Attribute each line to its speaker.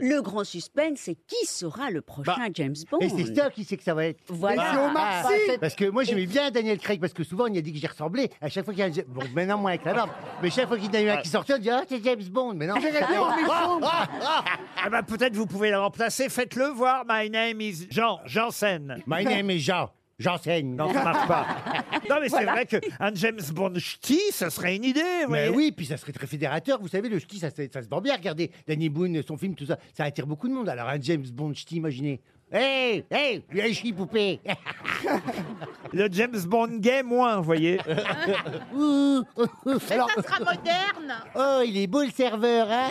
Speaker 1: Le grand suspense, c'est qui sera le prochain
Speaker 2: Bah,
Speaker 1: James Bond
Speaker 3: Et c'est ça qui sait que ça va être.
Speaker 1: Voilà.
Speaker 3: Mais c'est Omar
Speaker 1: Ah,
Speaker 3: Sy.
Speaker 1: c'est-
Speaker 3: Parce que moi j'aimais bien Daniel Craig parce que souvent on y a dit que j'y ressemblais. À chaque fois qu'il y a un... bon maintenant moi avec la barbe, mais chaque fois qu'il y en a eu un qui sortait, on dit ah c'est James Bond. Mais non.
Speaker 2: Ah bah, peut-être vous pouvez la remplacer. Faites-le voir. My name is Jean Janssen.
Speaker 3: My name is Jean. J'enseigne.
Speaker 2: Non, ça marche pas. Non, mais c'est vrai qu'un James Bond ch'ti, ça serait une idée. vous
Speaker 3: Mais
Speaker 2: voyez.
Speaker 3: oui, puis ça serait très fédérateur. Vous savez, le ch'ti, ça, se- ça se vend bien. Regardez, Danny Boone, son film, tout ça, ça attire beaucoup de monde. Alors un James Bond ch'ti, imaginez. Hey, hey, lui a ch'ti poupée.
Speaker 2: Le James Bond gay, moins, vous voyez.
Speaker 3: Ouh, ouh, ouh. Alors,
Speaker 4: Ça sera moderne.
Speaker 3: oh, il est beau le serveur, hein